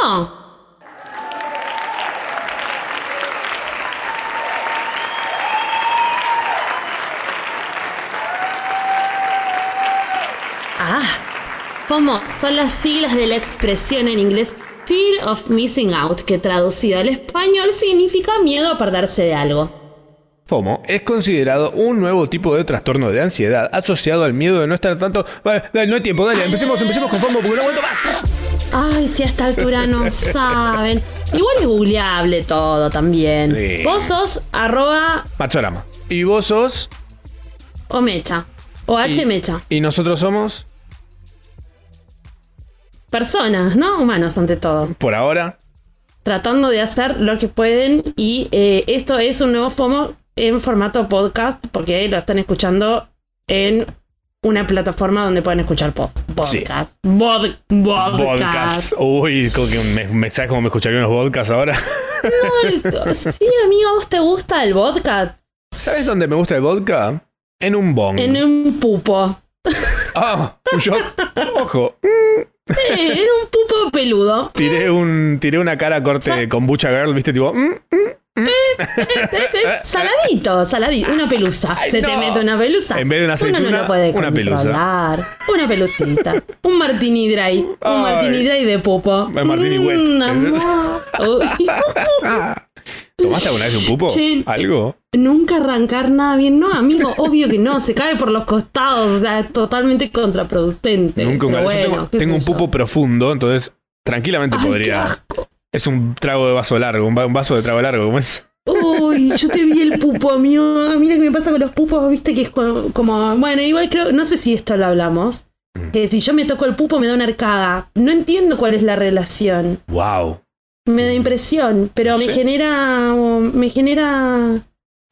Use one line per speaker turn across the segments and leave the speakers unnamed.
No. Ah, FOMO son las siglas de la expresión en inglés Fear of Missing Out, que traducido al español significa miedo a perderse de algo.
FOMO es considerado un nuevo tipo de trastorno de ansiedad asociado al miedo de no estar tanto. Vale, dale, no hay tiempo, dale, empecemos, empecemos con FOMO porque no aguanto más.
Ay, si a esta altura no saben. Igual es googleable todo también.
Sí.
Vos sos arroba
Machorama. Y vos sos.
o mecha. O
y-
H mecha.
Y nosotros somos,
Personas, ¿no? Humanos ante todo.
por ahora,
Tratando de hacer lo que pueden. Y eh, esto es un nuevo FOMO en formato podcast. Porque lo están escuchando en una plataforma donde pueden escuchar po-
Sí.
podcast. Bod- podcast.
Vodcast. Uy, como que me, me- ¿sabes cómo me escucharían los podcasts ahora?
No, sí, amigos, ¿te gusta el podcast?
¿Sabes dónde me gusta el vodka? En un bong.
En un pupo.
Ah, un shot. Ojo,
Eh, Era un pupo peludo.
tiré, un, tiré una cara corte con Bucha Girl, viste, tipo. mm,
Eh, Saladito, saladito, una pelusa.
Eh, Ay,
Se
no.
te mete una pelusa.
En vez de una
Uno no
aceituna,
lo puede
una pelusa.
controlar. Una pelusita. Un martini dry. Un
Ay.
martini dry de popo. Mm,
Un martini wet.
amor. Uy,
ah. ¿Tomaste alguna vez un pupo?
Che.
¿Algo?
Nunca arrancar nada bien. No, amigo, obvio que no. Se cae por los costados. O sea, es totalmente contraproducente.
Nunca un
Este, Pero
Yo
bueno,
tengo,
qué
tengo
sé yo.
un pupo profundo, entonces tranquilamente
Ay, qué
podría.
asco.
Es un trago de vaso largo, un, va- un vaso de trago largo, ¿cómo es?
Uy, yo te vi el pupo, amigo. A mí lo que me pasa con los pupos, viste, que es co- como. Bueno, igual creo. No sé si esto lo hablamos. Que si yo me toco el pupo me da una arcada. No entiendo cuál es la relación.
¡Wow!
Me da impresión, pero me
Sí.
genera. Me genera.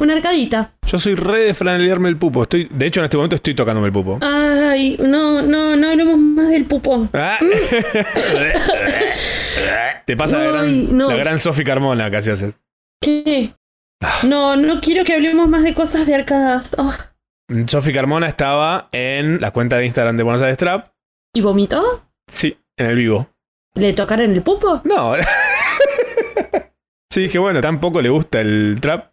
Una arcadita.
Yo soy re de franelearme el pupo. Estoy, de hecho, en este momento estoy tocándome el pupo.
Ay, no, no, no hablemos más del pupo.
Ah. Te pasa la gran,
Ay, no.
la gran Sofi Carmona casi haces.
¿Qué? No, no quiero que hablemos más de cosas de arcadas. Oh.
Sofi Carmona estaba en la cuenta de Instagram de Buenos Aires Trap.
¿Y vomitó?
Sí, en el vivo.
¿Le tocaron el pupo?
No. sí, dije, bueno, tampoco le gusta el trap.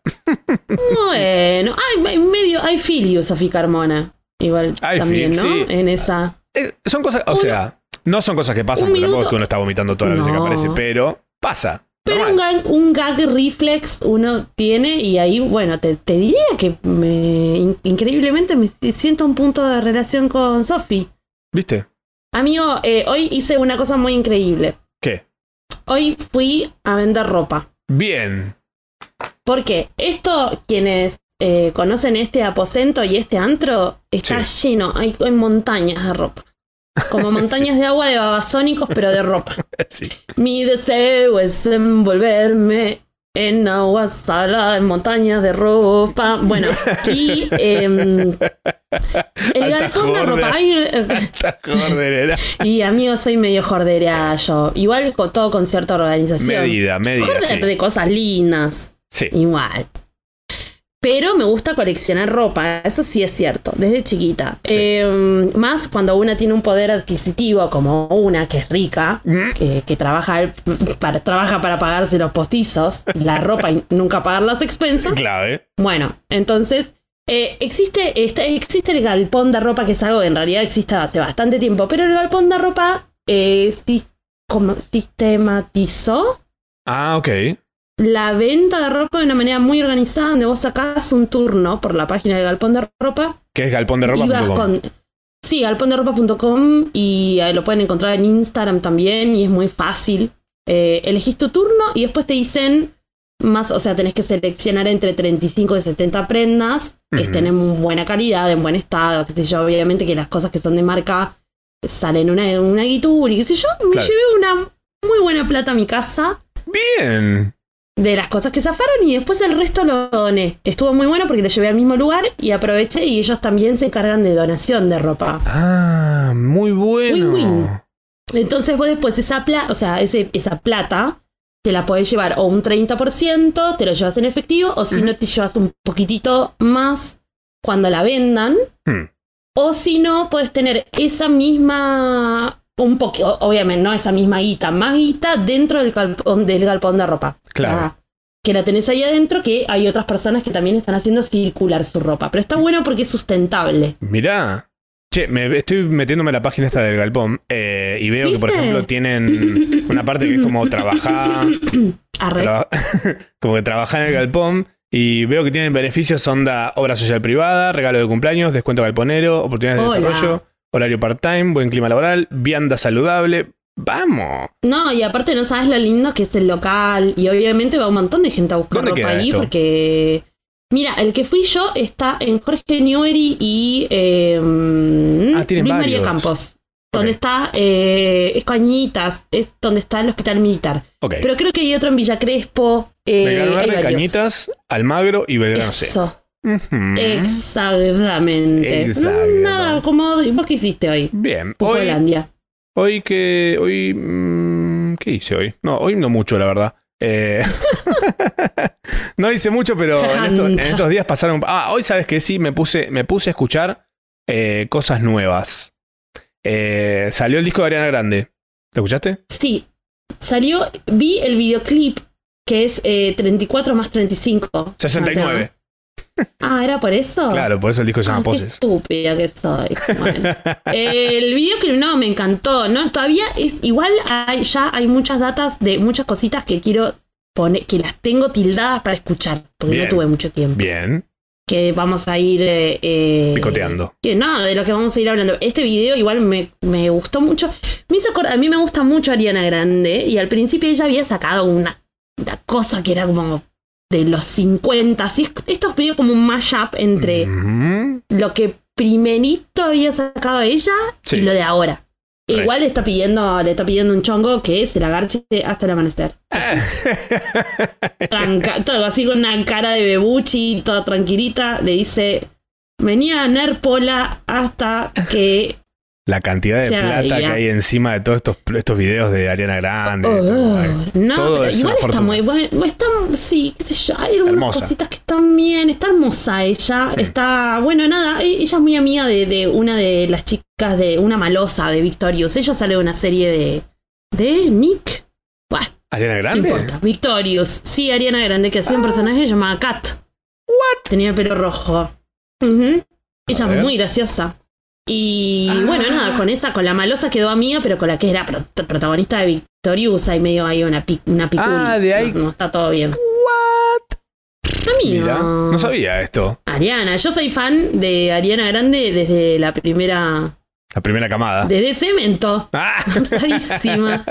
Bueno, hay, hay medio, hay feel you, Sofi Carmona. Igual
Hay
también,
feel,
¿no?
sí.
En esa.
Eh, son cosas, o
Uno-
sea, no son cosas que pasan,
un
porque tampoco es
minuto-
que uno está vomitando todas las veces que
No.
aparece, pero pasa.
Pero
normal.
un gag, un gag reflex uno tiene y ahí, bueno, te, te diría que me, in- increíblemente me siento un punto de relación con Sofi.
¿Viste?
Amigo, eh, hoy hice una cosa muy increíble.
¿Qué?
Hoy fui a vender ropa.
Bien.
Porque esto, quienes eh, conocen este aposento y este antro, está lleno, hay, hay montañas de ropa. Como montañas de agua de babasónicos, pero de ropa.
Sí.
Mi deseo es envolverme en agua salada, en montañas de ropa. Bueno, y em, el
Alta
galpón de
jorda.
ropa. hay, eh,
Jorderera.
y amigo, soy medio jorderea yo. Igual con todo con cierta organización.
medida, medida,
Jorder
sí.
de cosas lindas.
Sí.
Igual. Pero me gusta coleccionar ropa, eso sí es cierto, desde chiquita.
Sí.
Em, más cuando una tiene un poder adquisitivo como una que es rica,
Mm,
que, que trabaja, el- para, trabaja para pagarse los postizos, la ropa y nunca pagar las expensas.
Clave.
Bueno, entonces eh, existe, está- existe el galpón de ropa, que es algo que en realidad existe hace bastante tiempo, pero el galpón de ropa eh, si- como sistematizó
Ah, ok.
la venta de ropa de una manera muy organizada, donde vos sacás un turno por la página del galpón de ropa
Que es galpón de
y vas con. Sí, galponderopa.com y ahí lo pueden encontrar en Instagram también y es muy fácil. Eh, elegís tu turno y después te dicen más, o sea, tenés que seleccionar entre 35 y 70 prendas que
Ujú.
estén en buena calidad, en buen estado, qué sé yo, obviamente que las cosas que son de marca salen una, una guitura y qué sé yo, me
Claro.
llevé una muy buena plata a mi casa
Bien.
de las cosas que zafaron y después el resto lo doné. Estuvo muy bueno porque lo llevé al mismo lugar y aproveché y ellos también se encargan de donación de ropa.
Ah, muy bueno.
Win-win. Entonces vos después esa plata, o sea, ese, esa plata te la podés llevar o un 30%, te lo llevas en efectivo, o si no te llevas un poquitito más cuando la vendan,
Hmm.
o si no, podés tener esa misma un poquito, obviamente, no esa misma guita, más guita dentro del galpón, del galpón de ropa.
Claro.
Ah, que la tenés ahí adentro, que hay otras personas que también están haciendo circular su ropa. Pero está
Mm.
bueno porque es sustentable.
Mirá. Che, me estoy metiéndome a la página esta del galpón eh, y veo que, por
¿Viste?
ejemplo, tienen Mm. una parte que es como trabajar.
Arre.
traba- como que trabajar en el galpón. Y veo que tienen beneficios onda obra social privada, regalo de cumpleaños, descuento galponero, oportunidades de
Hola.
desarrollo, horario part-time, buen clima laboral, vianda saludable. ¡Vamos!
No, y aparte no sabes lo lindo que es el local. Y obviamente va un montón de gente a buscar
¿Dónde
ropa
queda
ahí
esto?
porque. Mira, el que fui yo está en Jorge Newbery y. Eh,
Ah, tienen
Luis María
varios.
Campos. Donde
Ok.
está. Eh, es Cañitas, es donde está el hospital militar.
Ok.
Pero creo que hay otro en Villa Crespo. Eh,
Belgrano
hay
Verde,
varios.
Cañitas, Almagro y Belgrano C.
Eso,
Ujú.
exactamente.
Mm. Exacto.
Nada, como. ¿Vos qué hiciste hoy?
Bien. Hoy,
Pupolandia.
Hoy que. Hoy. mm, ¿Qué hice hoy? No, hoy no mucho, la verdad. Eh, no hice mucho, pero en, esto- en estos días pasaron. Ah, hoy sabes que sí, me puse, me puse a escuchar eh, cosas nuevas. Eh, salió el disco de Ariana Grande. ¿Lo escuchaste?
Sí, salió, vi el videoclip que es eh, 34 más 35.
69.
Ah, ¿era por eso?
Claro, por eso el disco se
Ah,
llama
qué
Poses.
estúpida que soy. Bueno. el videoclip no, me encantó, ¿no? Todavía es igual, hay, ya hay muchas datas de muchas cositas que quiero poner, que las tengo tildadas para escuchar, porque
Bien.
no tuve mucho tiempo.
Bien,
Que vamos a ir... eh, eh,
picoteando.
que no, de lo que vamos a ir hablando. Este video igual me, me gustó mucho. Me hizo acordar- a mí me gusta mucho Ariana Grande y al principio ella había sacado una, una cosa que era como de los 50. Así es- esto es medio como un mashup entre
Ujú.
lo que primerito había sacado ella
Sí.
y lo de ahora.
Re.
Igual le está pidiendo, le está pidiendo un chongo que se la garche hasta el amanecer.
Eh.
Tranca- todo así con una cara de bebuchi, toda tranquilita, le dice, venía a Nerpola hasta que...
La cantidad de
Se
plata
había.
que hay encima de todos estos, estos videos de Ariana Grande.
Oh, no,
Todo
pero
es
igual
una
está
fortuna.
muy bueno. Está, sí, qué sé yo, hay algunas
Hermosa.
cositas que están bien, está hermosa ella,
Mm.
está, bueno, nada, e- ella es muy amiga de, de una de las chicas de una malosa de Victorious. Ella sale de una serie de... ¿De Nick? Bueno,
Ariana
no
Grande. Ah.
importa. Victorious. Sí, Ariana Grande, que hacía un personaje llamado Kat. Tenía el pelo rojo. Ujú. Ella
ver.
es muy graciosa. Y
Ah.
bueno, nada, con esa, con la malosa quedó amiga, pero con la que era pro- protagonista de Victorious, ahí medio hay una, pi- una picul.
Ah, de ahí-
No, no está todo bien.
What?
Amigo.
Mira, no sabía esto.
Ariana, yo soy fan de Ariana Grande desde la primera.
La primera camada.
Desde Cemento.
¡Ah!
Rarísima.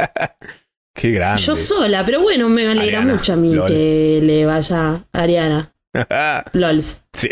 ¡Qué grande!
Yo sola, pero bueno, me alegra
Ariana,
mucho a mí
lol.
que le vaya a Ariana. LOLs.
sí.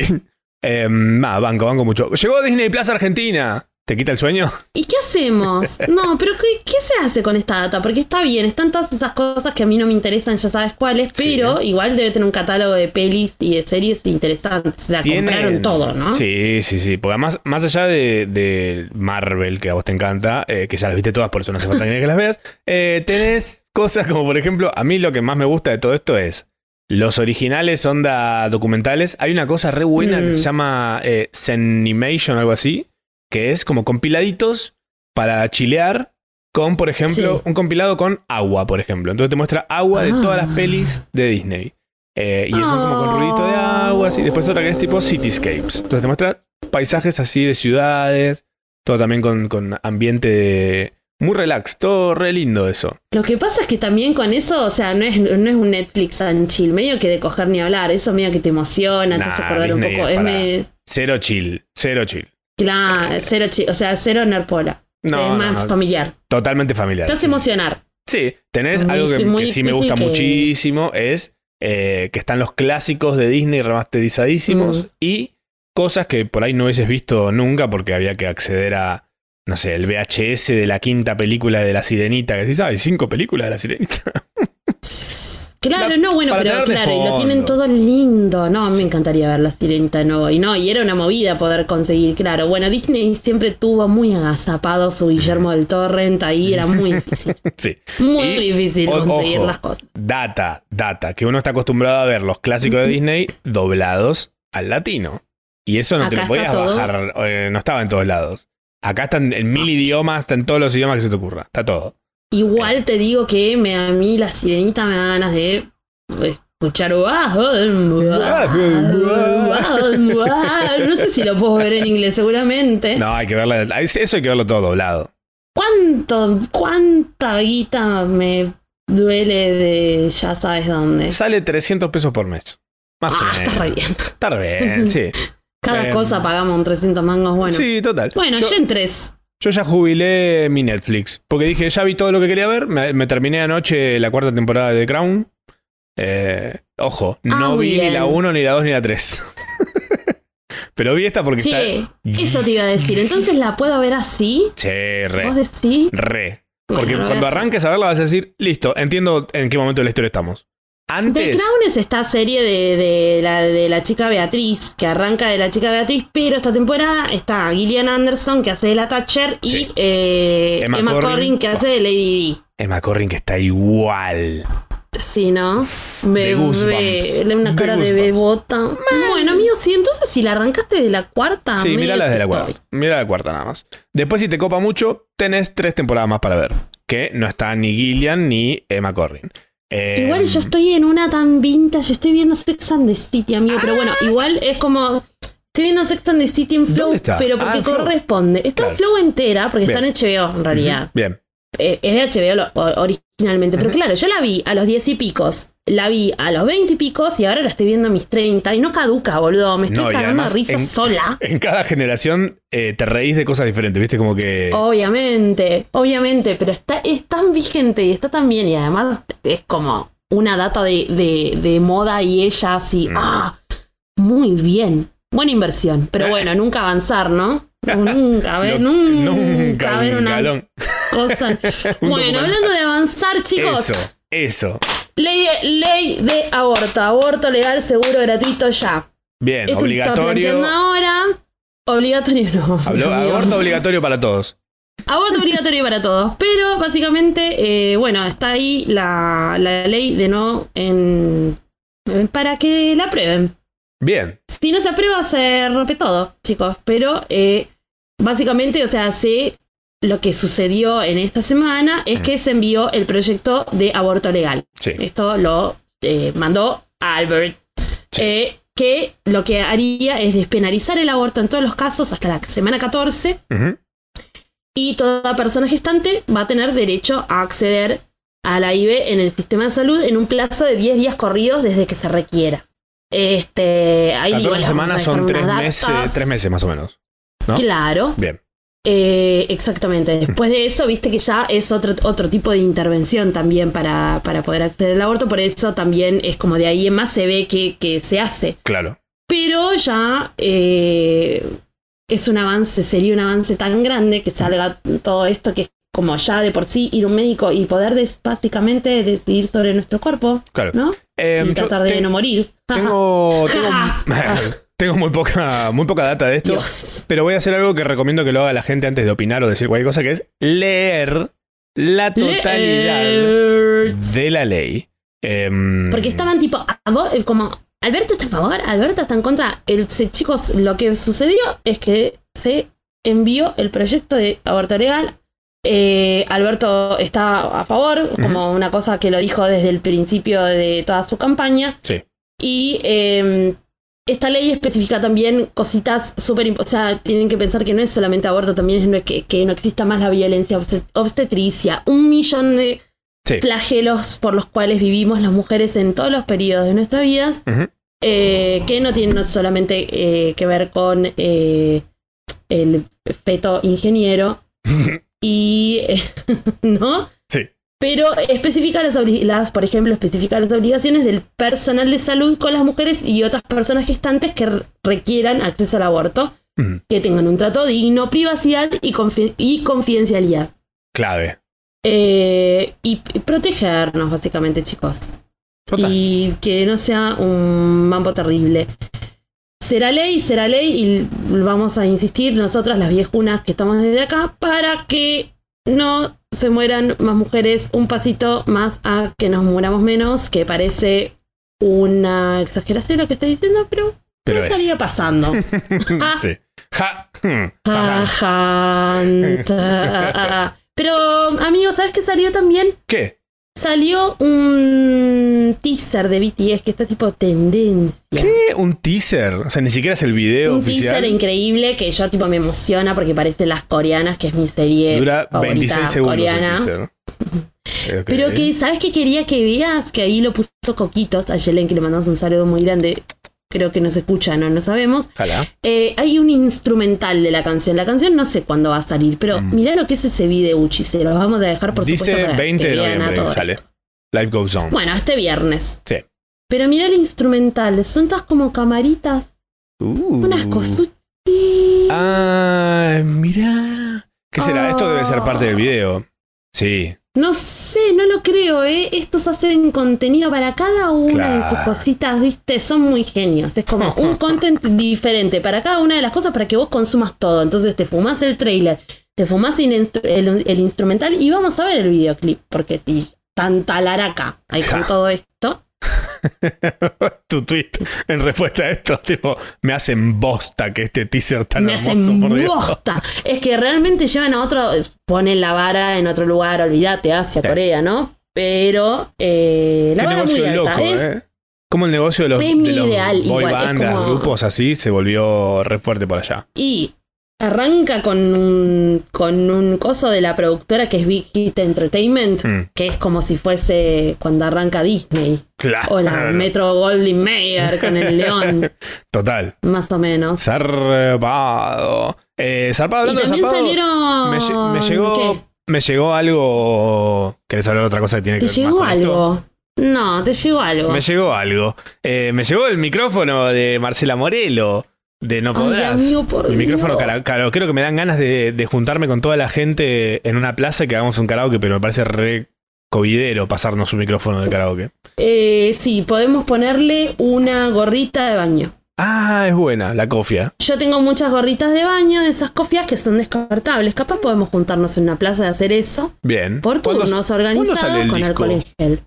Eh, nah, banco, banco mucho. Llegó Disney Plaza Argentina. ¿Te quita el sueño?
¿Y qué hacemos? No, pero ¿qué, qué se hace con esta data? Porque está bien, están todas esas cosas que a mí no me interesan, ya sabes cuáles,
Sí.
pero igual debe tener un catálogo de pelis y de series interesantes. O sea,
Tienen-
compraron todo, ¿no?
Sí, sí, sí. Porque además, más allá de, de Marvel, que a vos te encanta, eh, que ya las viste todas, por eso no hace falta ni que las veas, eh, tenés cosas como, por ejemplo, a mí lo que más me gusta de todo esto es los originales, onda documentales. Hay una cosa re buena que
Mm.
se llama eh, Zenimation, algo así, que es como compiladitos para chilear con, por ejemplo,
Sí.
un compilado con agua, por ejemplo. Entonces te muestra agua de todas las
Ah.
pelis de Disney. Eh, y son como con ruidito de agua, así. Después otra que es tipo cityscapes. Entonces te muestra paisajes así de ciudades, todo también con, con ambiente de- muy relax, todo re lindo eso.
Lo que pasa es que también con eso, o sea, no es, no es un Netflix and chill, medio que de coger ni hablar, eso medio que te emociona, te
Nah,
hace acordar un
Disney
poco.
es
Es
para-
me-
Cero chill, cero chill.
claro, cero chi- o sea, cero nerpola. O sea,
No,
es
no,
más
no.
familiar.
Totalmente familiar.
Te hace emocionar.
Sí, tenés
Muy
algo que,
difí- muy
que sí me
difícil
gusta
que-
muchísimo, es eh, que están los clásicos de Disney remasterizadísimos
Mm.
y cosas que por ahí no hubieses visto nunca porque había que acceder a, no sé, el VHS de la quinta película de La Sirenita, que decís, ah, hay cinco películas de La Sirenita.
Claro,
La-
no, bueno,
para
pero
tener de
claro, y lo tienen
fondo.
todo lindo. No, me encantaría ver la sirenita de nuevo. Y no, y era una movida poder conseguir, claro. Bueno, Disney siempre tuvo muy agazapado su Guillermo del Torrent, ahí era muy difícil.
sí.
Muy
Y,
difícil
o-
conseguir
ojo.
las cosas.
Data, data, que uno está acostumbrado a ver los clásicos de Disney doblados al latino. Y eso no te
Acá
lo
está
podías
todo. Ah.
bajar, eh, no estaba en todos lados. Acá están en mil idiomas, están todos los idiomas que se te ocurra. Está todo.
Igual te digo que me, a mí la sirenita me da ganas de escuchar. No sé si lo puedo ver en inglés, seguramente.
No, hay que verla. Eso hay que verlo todo doblado.
¿Cuánto, cuánta guita me duele de ya sabes dónde?
Sale 300 pesos por mes. Más
ah,
o menos.
está re bien.
Está re bien, sí.
Cada
Em,
cosa pagamos un 300 mangos, bueno.
Sí, total.
Bueno,
yo,
Gen 3.
yo ya jubilé mi Netflix. Porque dije, ya vi todo lo que quería ver. Me, me terminé anoche la cuarta temporada de Crown. Eh, ojo, no
Ah,
vi ni
bien.
la 1, ni la 2, ni la 3. Pero vi esta porque
Sí,
está.
eso te iba a decir. Entonces la puedo ver así.
Che,
Vos
re.
decís.
Re.
Bueno,
Porque
lo voy a
cuando
hacer.
arranques a verla vas a decir, listo, entiendo en qué momento de la historia estamos.
The
Antes.
Crown es esta serie de, de la, de la chica Beatriz, que arranca de la chica Beatriz, pero esta temporada está Gillian Anderson, que hace de la Thatcher, y
Sí.
eh,
Emma
Emma,
Corrin.
Corrin, que hace de Lady
Emma Corrin que está igual.
D. Sí, ¿no?
The Goosebumps.
Bebé, una
The
cara de
Goosebumps.
bebota. Bueno, amigo, sí, entonces si la arrancaste de la cuarta.
Sí,
medio
mira la
que
de la
estoy.
cuarta. Mira la cuarta nada más. Después, si te copa mucho, tenés tres temporadas más para ver. Que no está ni Gillian ni Emma Corrin. Eh,
Igual yo estoy en una tan vintage, estoy viendo Sex and the City, amigo, pero bueno, igual es como. Estoy viendo Sex and the City en Flow,
Ah. ¿Dónde está?
pero
Ah,
porque
en Flow.
corresponde. Está en
Claro.
Flow entera, porque está en HBO en
Ujú,
realidad.
Bien.
Eh, es de HBO lo- o- originalmente, pero claro, yo la vi a los 10 y picos, la vi a los 20 y picos y ahora la estoy viendo a mis 30 y no caduca, boludo. Me estoy
No, y
cagando
además
a risa
en-
sola.
En cada generación eh, te reís de cosas diferentes, ¿viste? Como que.
Oh, Obviamente, obviamente, pero está, es tan vigente y está tan bien y además es como una data de, de- de moda y ella así,
Mm.
ah, muy bien, buena inversión, pero bueno, nunca avanzar, ¿no? Nunca, a ver,
lo-
nunca, a ver
un
una
galón.
cosa.
Un
bueno,
documental.
hablando de avanzar, chicos.
Eso, eso.
Ley de, ley de aborto, aborto legal, seguro, gratuito ya.
Bien,
Esto se está planteando
obligatorio.
ahora. Obligatorio no.
Habló-
amigo.
aborto obligatorio para todos.
Aborto obligatorio para todos. Pero básicamente, eh, bueno, está ahí la, la ley de no en, en- para que la aprueben.
Bien.
Si no se aprueba, se rompe todo, chicos. Pero eh, básicamente, o sea, se, lo que sucedió en esta semana es que se envió el proyecto de aborto legal.
Sí.
Esto lo eh, mandó Albert.
Sí.
eh, que lo que haría es despenalizar el aborto en todos los casos hasta la semana 14
Ujú.
y toda persona gestante va a tener derecho a acceder a la IVE en el sistema de salud en un plazo de 10 días corridos desde que se requiera. Este, ahí igual
14
les vamos a
semanas
dejar
son
unas
tres meses,
datas.
tres meses más o menos. ¿no? Mm.
Claro.
Bien.
Eh, exactamente. Después de eso, viste que ya es otro, otro tipo de intervención también para, para poder acceder al aborto. Por eso también es como de ahí en más se ve que, que se hace.
Claro.
Pero ya eh, es un avance, sería un avance tan grande que salga todo esto que es como ya de por sí ir a un médico y poder des- básicamente decidir sobre nuestro cuerpo,
Claro.
¿no?
Em,
y
yo
tratar de
te-
no morir. Ah,
Tengo, tengo, tengo muy, poca, muy poca data de esto.
Dios.
Pero voy a hacer algo que recomiendo que lo haga la gente antes de opinar o decir cualquier cosa, que es leer la totalidad
Leer.
de la ley. Em,
eh, Porque estaban tipo, a vos, eh, como, Alberto está a favor, Alberto está en contra. El, se- chicos, lo que sucedió es que se envió el proyecto de aborto legal. Eh, Alberto está a favor, como una cosa que lo dijo desde el principio de toda su campaña.
Sí.
Y eh, esta ley especifica también cositas súper imp- O sea, tienen que pensar que no es solamente aborto, también es no- que, que no exista más la violencia obstet- obstetricia. Un millón de
Sí.
flagelos por los cuales vivimos las mujeres en todos los periodos de nuestras vidas,
Ujú.
eh, que no tienen solamente eh, que ver con eh, el feto ingeniero y... eh, ¿No?
Sí.
Pero especifica las, obli- las, por ejemplo, especifica las obligaciones del personal de salud con las mujeres y otras personas gestantes que re- requieran acceso al aborto,
Mm,
que tengan un trato digno, privacidad y, confi- y confidencialidad.
Clave.
Eh, y, y protegernos, básicamente, chicos.
Total.
Y que no sea un mambo terrible. Será ley, será ley, y vamos a insistir nosotras, las viejunas que estamos desde acá, para que no se mueran más mujeres un pasito más a que nos muramos menos, que parece una exageración lo que estoy diciendo, pero ¿Qué
Pero
estaría
es.
pasando? Ah.
sí. Ja. Hmm.
Ah,
Ajá.
Hunt, ah, ah, ah. Pero, amigo, ¿sabes qué salió también?
¿Qué?
Salió un teaser de BTS que está tipo tendencia.
¿Qué? ¿Un teaser? O sea, ni siquiera es el video
Un
oficial.
teaser increíble que yo tipo me emociona porque parece Las Coreanas, que es mi serie
Dura
favorita
26 segundos
coreana.
el teaser. Ok.
Pero que, ¿sabes qué quería que veas? Que ahí lo puso Coquitos, a Yelen que le mandamos un saludo muy grande. Creo que no se escucha, no lo sabemos.
Ojalá.
Eh, hay un instrumental de la canción. La canción no sé cuándo va a salir, pero
Mm.
mirá lo que es ese video, Uchi. Se los vamos a dejar, por
Dice
supuesto, para
20 de
que vean a
noviembre que
todos.
sale. Life Goes On.
Bueno, este viernes.
Sí.
Pero mirá el instrumental. Son todas como camaritas.
Uh.
Unas cositas.
Ah, mirá. ¿Qué será? Esto debe ser parte del video. Sí.
No sé, no lo creo, ¿eh? Estos hacen contenido para cada una de sus
Claro.
cositas, ¿viste? Son muy genios. Es como un content diferente para cada una de las cosas para que vos consumas todo. Entonces te fumás el trailer, te fumás el, instru- el- el instrumental y vamos a ver el videoclip. Porque si tanta laraca hay con
Ja.
todo esto.
tu tweet en respuesta a esto, tipo, me hacen bosta que este teaser tan
me
hermoso,
hacen
por Dios.
bosta. Es que realmente llevan a otro, ponen la vara en otro lugar, olvídate, Asia,
Sí.
Corea, ¿no? Pero eh, la
Qué
vara muy
negocio
alta.
loco,
Es-
¿eh? Como el negocio de los,
Es
de
mi
los
ideal, igual,
boy
es
bandas,
como-
grupos así, se volvió re fuerte por allá.
Y arranca con un, con un coso de la productora que es Big Hit Entertainment,
Mm,
que es como si fuese cuando arranca Disney.
claro.
O la Metro Goldwyn Mayer con el león,
Total.
más o menos.
Zarpado. Eh, zarpado,
Y
hablando de
también
zarpado,
salieron.
me, lle- me llegó...
¿Qué?
Me llegó algo... ¿Querés hablar de otra cosa que tiene
¿Te
que ver más
llegó
con esto?
algo? No, te llegó algo.
Me llegó algo. Eh, me llegó el micrófono de Marcela Morelo. De No
Ay,
Podrás.
amigo, por
Mi micrófono
Dios.
cara, cara- Creo que me dan ganas de, de juntarme con toda la gente en una plaza y que hagamos un karaoke, pero me parece re covidero pasarnos un micrófono de karaoke.
Eh, sí, podemos ponerle una gorrita de baño.
Ah, es buena, la cofia.
Yo tengo muchas gorritas de baño de esas cofias que son descartables. Capaz podemos juntarnos en una plaza de hacer eso.
Bien.
Por
¿Cuándo-
turnos
sale
organizados
el
con
disco?
alcohol en gel.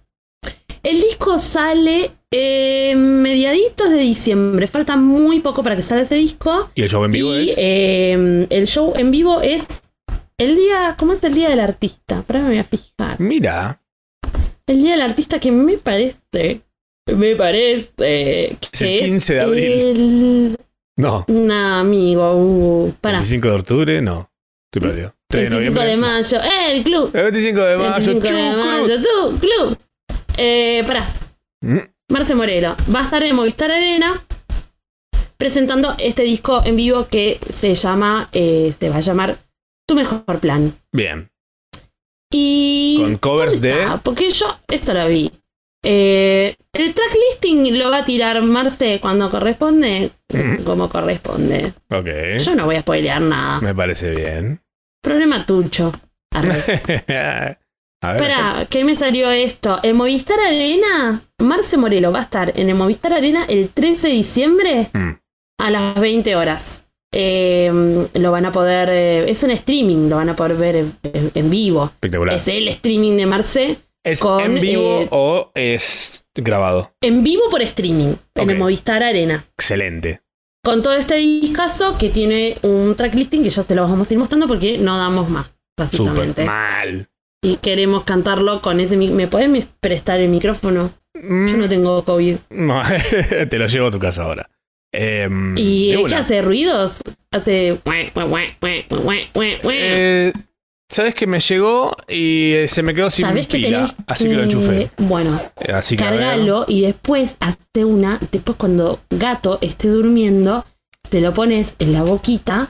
El disco sale eh, mediaditos de diciembre. Falta muy poco para que salga ese disco.
¿Y el show en vivo
y
es?
eh, el show en vivo es el día. ¿Cómo es el día del artista? Para me voy a fijar.
Mira.
El día del artista que me parece. Me parece.
Es el
que
15 de abril. No.
el- No, amigo. Uh, para.
25 de octubre, no. Estoy perdido. 3 de
25 de
noviembre.
mayo. ¡Eh, el club!
El 25 de mayo.
25 de
chucrut.
mayo. ¡Tú, club! Eh, pará.
Mm,
Marce Morelo va a estar en Movistar Arena presentando este disco en vivo que se llama, eh, se va a llamar Tu Mejor Plan.
Bien.
Y...
Con covers
¿dónde
de-
está? Porque yo esto lo vi. Eh, el track listing lo va a tirar Marce cuando corresponde,
Ujú.
como corresponde.
Mm, Ok.
Yo no voy a spoilear nada.
Me parece bien.
Problema tucho. Arre.
A ver,
Espera, que me salió esto. En Movistar Arena, Marce Morelo va a estar en el Movistar Arena el 13 de diciembre
Mm.
a las 20 horas. Eh, lo van a poder. eh, es un streaming, lo van a poder ver en, en- en vivo.
espectacular.
Es el streaming de Marce.
¿Es
con,
en vivo
eh,
o es grabado?
En vivo por streaming, en
Ok.
el Movistar Arena.
Excelente.
Con todo este discazo que tiene un tracklisting que ya se lo vamos a ir mostrando porque no damos más, básicamente.
Súper. Mal.
Y queremos cantarlo con ese. mic- ¿Me pueden prestar el micrófono? Yo no
Mm,
tengo COVID.
no, te lo llevo a tu casa ahora. Em,
Y
de
es que
una.
hace ruidos. Hace. "Guau, guau, guau, guau, guau, guau, guau".
Eh, Sabes que me llegó y eh, se me quedó sin
Sabés que
pila,
tenés.
así que lo enchufé.
Bueno,
Eh, Así que a ver.
cargalo y después hace una. Después, cuando gato esté durmiendo, se lo pones en la boquita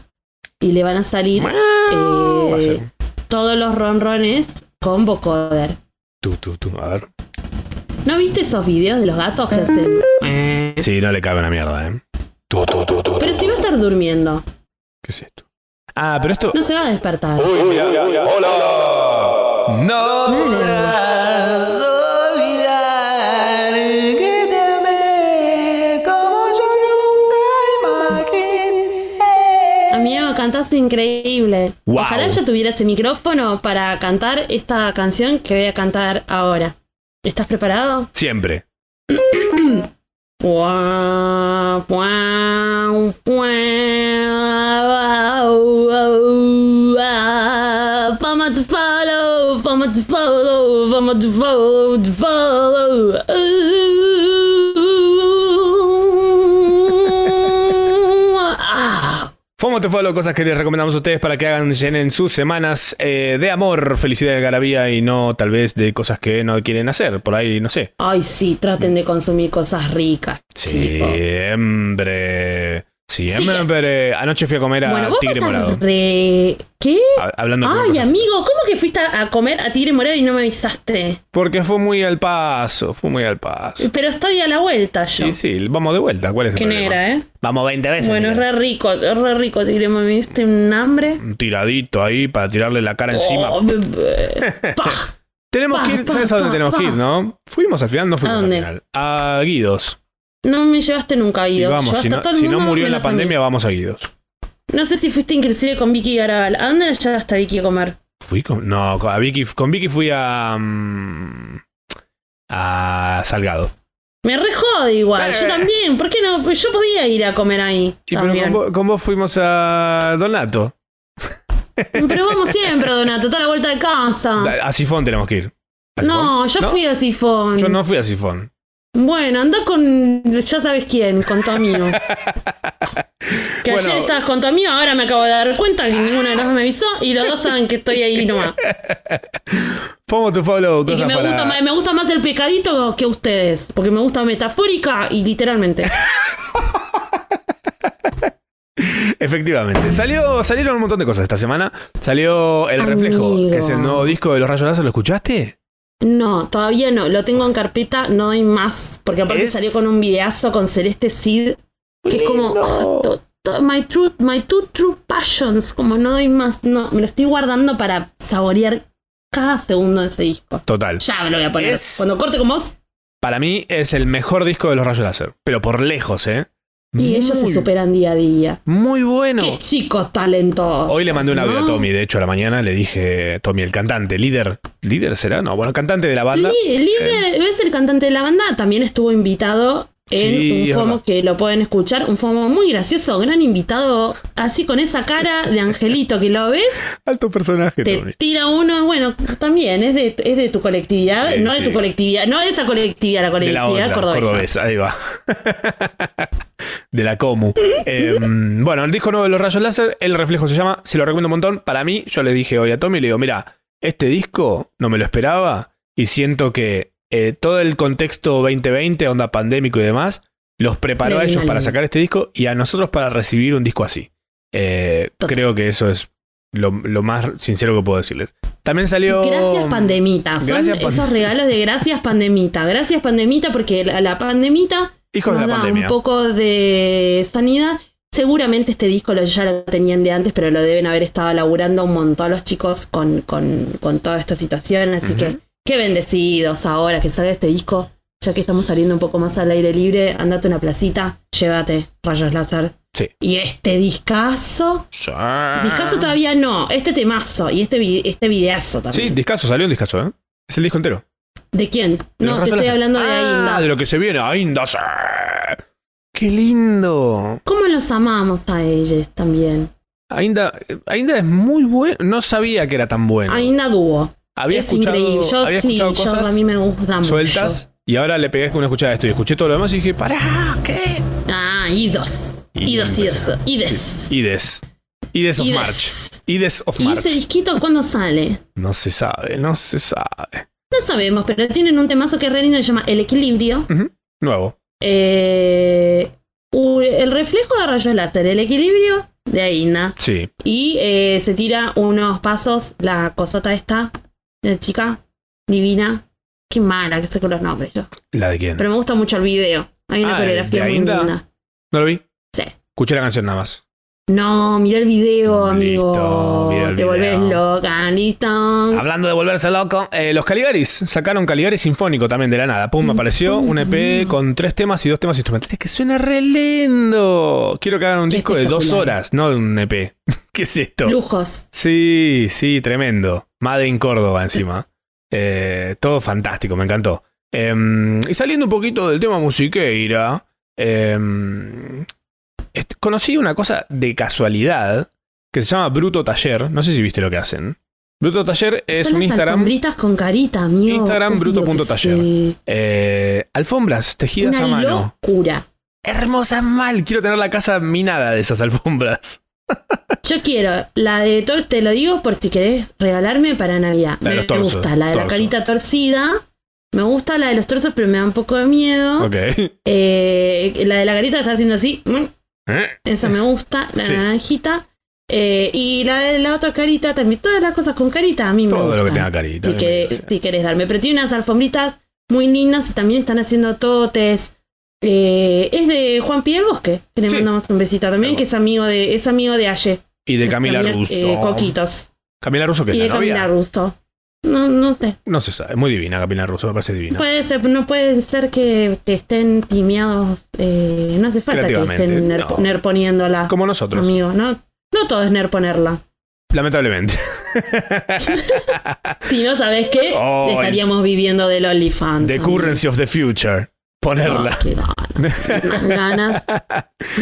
y le van a salir Eh,
Miau, va a ser.
todos los ronrones con vocoder.
Tú, tú, tú, a ver.
¿No viste esos videos de los gatos que hacen?
Sí, no le cabe una mierda, ¿eh? Tú, tú, tú, tú.
Pero si va a estar durmiendo,
¿Qué es esto? Ah, pero esto.
no se va a despertar.
No podrás olvidar que te amé como yo nunca imaginé.
Amigo, cantás increíble.
Wow.
Ojalá yo tuviera ese micrófono para cantar esta canción que voy a cantar ahora. ¿Estás preparado?
Siempre.
Fuá, fuá, fuá, wow, wow, wow. Fama to follow, fama to follow, fama to follow, to follow. Ah.
Fomo te follow, cosas que les recomendamos a ustedes para que hagan, llenen sus semanas eh, de amor, felicidad de garabía y no tal vez de cosas que no quieren hacer. Por ahí, no sé.
Ay, sí, traten de consumir cosas ricas. chicos.
Siempre. Siempre. Anoche fui a comer a
Bueno, vos
Tigre
vas a
Morado.
re- ¿Qué?
Ha- Hablando con
Ay,
cosas-
amigo, ¿cómo que fuiste a a comer a Tigre Morado y no me avisaste?
Porque fue muy al paso, fue muy al paso.
Pero estoy a la vuelta yo.
Sí, sí, vamos de vuelta. ¿Cuál es el
Qué
problema?
negra, ¿eh?
Vamos 20 veces.
Bueno,
si
es
querés.
re rico, es re rico, Tigre Morado. Me diste un hambre.
Un tiradito ahí para tirarle la cara encima.
Oh, be- be- pa.
Tenemos
Pa,
que ir,
pa,
¿sabes a dónde
pa,
tenemos
pa.
que ir, no? Fuimos al final, no fuimos
¿A
al
dónde?
final. A Guidos.
No me llevaste nunca,
Y
Guido.
vamos,
Llevaste
si
a
no,
todo el
si no
mundo
murió en la
menos a mí.
pandemia, vamos a Guidos.
No sé si fuiste inclusive con Vicky Garabal. ¿A dónde llevaste a Vicky a comer?
Fui con. No, con, a Vicky, con Vicky fui a. mm, a Salgado.
Me re jode igual,
Eh.
yo también. ¿Por qué no? Pues Yo podía ir a comer ahí.
Y pero con
también.
vos, con vos fuimos a Donato.
Pero vamos siempre, Donato, está a la vuelta de casa.
Da- A Sifón tenemos que ir. ¿A
Ah. No,
Sifón?
yo fui a Sifón.
Yo no fui a Sifón.
Bueno, anda con ya sabes quién, con tu amigo. que
Bueno.
ayer estabas con tu amigo, ahora me acabo de dar cuenta que ninguno de los dos me avisó y los dos saben que estoy ahí nomás.
Fomo tu follow,
Y que
cosas
me,
para.
gusta más, me gusta más el pecadito que ustedes, porque me gusta metafórica y literalmente.
Efectivamente. Salió, salieron un montón de cosas esta semana. Salió El Reflejo,
Amigo.
que es el nuevo disco de Los Rayos Láser. ¿Lo escuchaste?
No, todavía no, lo tengo en carpeta, no hay más, porque aparte
Es-
salió con un videazo con Celeste Cid, que es como
Lindo.
oh, to- to- my true, my two true passions, como no doy más, no, me lo estoy guardando para saborear cada segundo de ese disco.
Total.
Ya me lo voy a poner.
Es-
Cuando corte con vos
Para mí es el mejor disco de Los Rayos Láser. Pero por lejos, ¿eh?
y ellos se
Muy,
superan día a día.
Muy bueno.
Qué chicos talentosos.
Hoy le mandé un audio
¿no?
a Tommy, de hecho, a la mañana le dije, Tommy, el cantante, líder, líder será, no, bueno, cantante de la banda. Eh.
Li- Lidia, ¿ves el cantante de la banda? También estuvo invitado en
Sí,
un
es
FOMO
verdad.
que lo pueden escuchar. Un FOMO muy gracioso, gran invitado. Así con esa cara de angelito que lo ves,
Alto personaje,
te
Tommy.
tira uno. Bueno, también es de, es de tu colectividad,
Sí,
no
sí.
de tu colectividad, no de esa colectividad, la
De la
colectividad
otra,
cordobesa.
cordobesa, ahí va. de la Comu. Eh, bueno, el disco nuevo de los rayos láser, El Reflejo se llama, se lo recomiendo un montón. Para mí, yo le dije hoy a Tommy, le digo, mira, este disco no me lo esperaba y siento que eh, todo el contexto 2020, onda pandémico y demás, los preparó
Le
a
vino
ellos para
lindo.
sacar este disco y a nosotros para recibir un disco así. Eh,
Total.
creo que eso es lo, lo más sincero que puedo decirles. También salió...
Gracias pandemita, son
Gracias, pan-
esos regalos de gracias pandemita, gracias pandemita porque la, la pandemita
Hijos de
nos
la
da
pandemia.
un poco de sanidad. Seguramente este disco lo, ya lo tenían de antes, pero lo deben haber estado laburando un montón los chicos con, con, con toda esta situación. Así
Ujú.
que qué bendecidos ahora que salga este disco. Ya que estamos saliendo un poco más al aire libre, andate a una placita, llévate rayos láser.
Sí.
Y este discazo,
Sí.
discazo todavía no, este temazo y este, vi- este videazo también.
Sí, discaso, salió un discaso, ¿eh? Es el disco entero.
¿De quién?
De
No,
los
te
Rayos
estoy
Láser.
hablando de
ah,
Ainda.
de lo que se viene, Ainda. sí. ¡Qué lindo!
¿Cómo los amamos a ellos también?
Ainda, Ainda es muy bueno. No sabía que era tan bueno.
Ainda dúo.
había
es
escuchado,
increíble. Yo
había
sí,
escuchado
yo, a
cosas
mí me gusta mucho.
sueltas y ahora le pegué con una escuchada de esto y escuché todo lo demás y dije, ¡pará! ¿Qué?
Ah, idos.
Y
Idos, idos,
impresionante.
ides.
Sí. Ides. Ides of
Ides.
March. Ides of
¿Y ese
March.
disquito cuándo sale?
No se sabe, no se sabe.
No sabemos, pero tienen un temazo que es re lindo, se llama El Equilibrio.
Nuevo.
Eh, u- el reflejo de rayos láser, El Equilibrio de Ainda.
Sí.
Y eh, se tira unos pasos la cosota esta, la chica divina. Qué mala que sé con los nombres yo.
¿La de quién?
Pero me gusta mucho el video. Hay una
Ah,
coreografía
¿de
muy
Ainda?
linda.
¿No lo vi?
Sí.
Escuché la canción nada más.
No, mira el video,
Listo,
amigo.
vi el
Te volvés
video.
loca, listo.
Hablando de volverse loco, eh, los Caligaris sacaron Caligaris Sinfónico también de la nada. Pum, apareció un EP con tres temas y dos temas instrumentales que suena re lindo. Quiero que hagan un
Qué
disco de dos
espectacular.
horas, no un EP. ¿Qué es esto?
Lujos.
Sí, sí, tremendo. Made in Córdoba encima. Eh, todo fantástico, me encantó. Em, y saliendo un poquito del tema musiqueira, em, est- conocí una cosa de casualidad que se llama Bruto Taller. No sé si viste lo que hacen. Bruto Taller es
Son
un
las
Instagram.
alfombritas con carita, amigo.
Instagram
Te digo
bruto punto
que
taller.
sí.
eh, alfombras tejidas
Una
a mano.
locura.
Hermosas mal. Quiero tener la casa minada de esas alfombras.
Yo quiero la de Thor, te lo digo por si querés regalarme para Navidad.
La
me
de los torsos,
gusta la de la
torso.
carita torcida. Me gusta la de los torsos, pero me da un poco de miedo.
Ok.
Eh, la de la carita está haciendo así. mm,
Eh,
Esa me gusta, la
Sí.
naranjita. Eh, y la de la otra carita también. Todas las cosas con carita a mí me
Todo
gustan.
lo que tenga carita.
si,
me
querés,
parece.
si querés darme. Pero tiene unas alfombritas muy lindas y también están haciendo totes. Eh, es de Juan Piel Bosque, que le
Sí.
mandamos un besito también, que es amigo de, es amigo de Aye.
Y de Camila
También,
Russo.
eh, Coquitos.
Camila Russo que
Y de
es la novia.
Camila Russo. No, no sé.
No se sabe. Es muy divina Camila Russo. Me parece divina.
Puede ser, no puede ser que, que estén timeados. eh, no hace falta que
Creativamente,
estén ner-
no.
nerponiéndola,
Como nosotros.
amigo. No, no todo es nerponerla.
Lamentablemente.
Si no sabes qué,
Ay.
estaríamos viviendo del OnlyFans.
The
amigo.
Currency of the Future.
Ah,
Ponerla.
qué ganas, unas ganas.